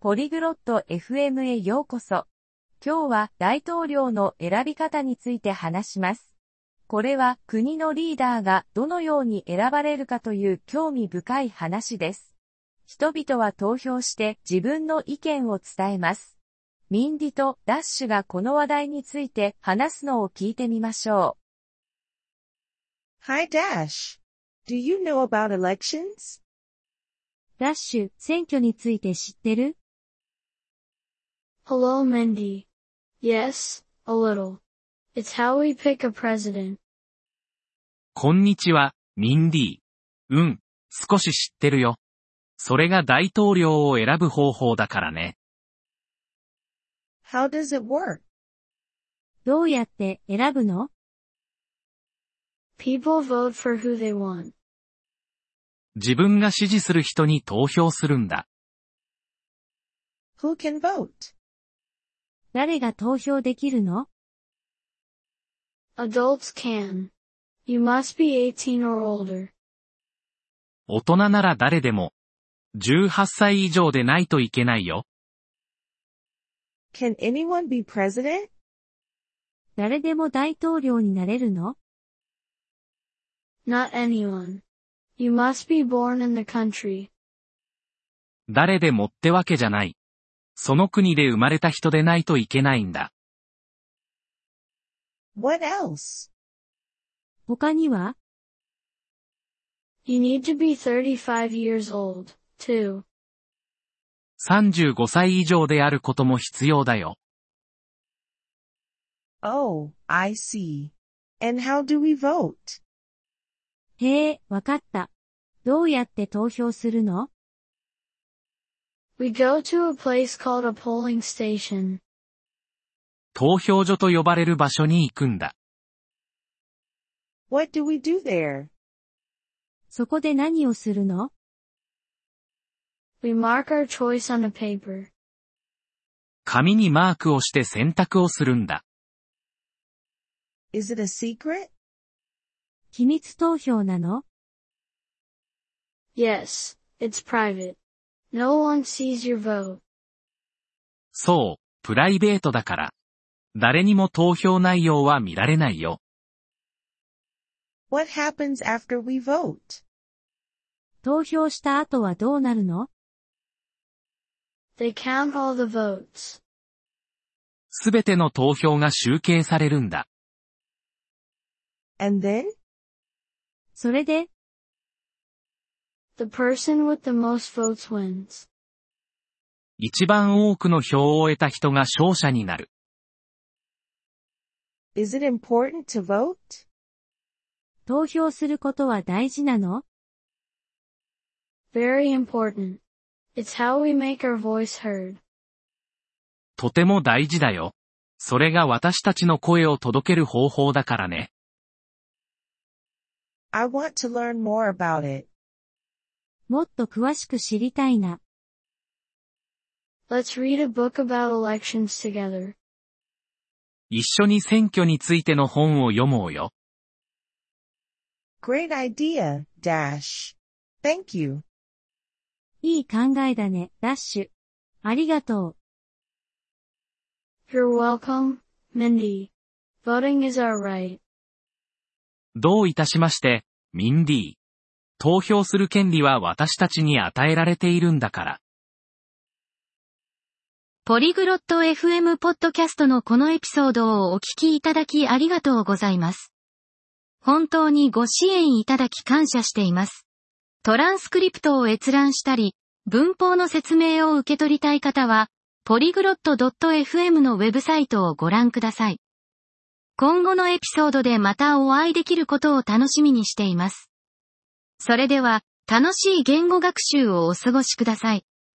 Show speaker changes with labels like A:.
A: ポリグロット FM へようこそ。今日は大統領の選び方について話します。これは国のリーダーがどのように選ばれるかという興味深い話です。人々は投票して自分の意見を伝えます。ミンディとダッシュがこの話題について話すのを聞いてみましょ
B: Hi Dash. Do you know about elections?
A: う。ダッシュ、選挙について知ってる
C: Hello, Mindy. Yes, a little. It's how we pick a president.
D: こんにちは、ミンディー。うん、少し知ってるよ。それが大統領を選ぶ方法だからね。
B: How does it work?
A: どうやって選ぶの
C: People vote for who they want.
D: 自分が支持する人に投票するんだ。
B: Who can vote?
A: 誰が投票できるの
C: Adults can. You must be 18 or older.
D: 大人なら誰でも。18歳以上でないといけないよ。
B: Can anyone be president?
A: 誰でも大統領になれるの
C: Not anyone. You must be born in the country.
D: 誰でもってわけじゃない。その国で生まれた人でないといけないんだ。
B: What else?
A: 他には
C: You need to be 35 years old, too.
D: 35歳以上であることも必要だよ。
B: Oh, I see. And how do we vote?
A: へえ、わかった。どうやって投票するの
C: We go to a place called a polling station.
D: 投票所と呼ばれる場所に行くんだ。
B: What do we do there?
A: そこで何をするの
C: We mark our choice on a paper.
D: 紙にマークをして選択をするんだ。
B: Is it a secret?
A: 秘密投票なの
C: Yes, it's private. No one sees your vote.
D: そう、プライベートだから。誰にも投票内容は見られないよ。
B: What happens after we vote?
A: 投票した後はどうなるの
C: They count all the votes.
D: すべての投票が集計されるんだ。
B: And then?
A: それで、
C: The person with the most votes wins.
D: 一番多くの票を得た人が勝者になる。
B: Is it important to vote?
A: 投票することは大事なの
C: Very important. It's how we make our voice heard.
D: とても大事だよ。それが私たちの声を届ける方法だからね。
B: I want to learn more about it.
A: もっと詳しく知りたいな。
C: Let's read a book about elections together.
D: 一緒に選挙についての本を読もうよ。
B: Great idea, Dash. Thank you.
A: いい考えだね、ダッシュ。ありがとう。
C: You're welcome, Mindy. Voting is our right.
D: どういたしまして、ミンディー。投票する権利は私たちに与えられているんだから。
E: ポリグロット FM ポッドキャストのこのエピソードをお聞きいただきありがとうございます。本当にご支援いただき感謝しています。トランスクリプトを閲覧したり、文法の説明を受け取りたい方は、ポリグロット .fm のウェブサイトをご覧ください。今後のエピソードでまたお会いできることを楽しみにしています。それでは、楽しい言語学習をお過ごしください。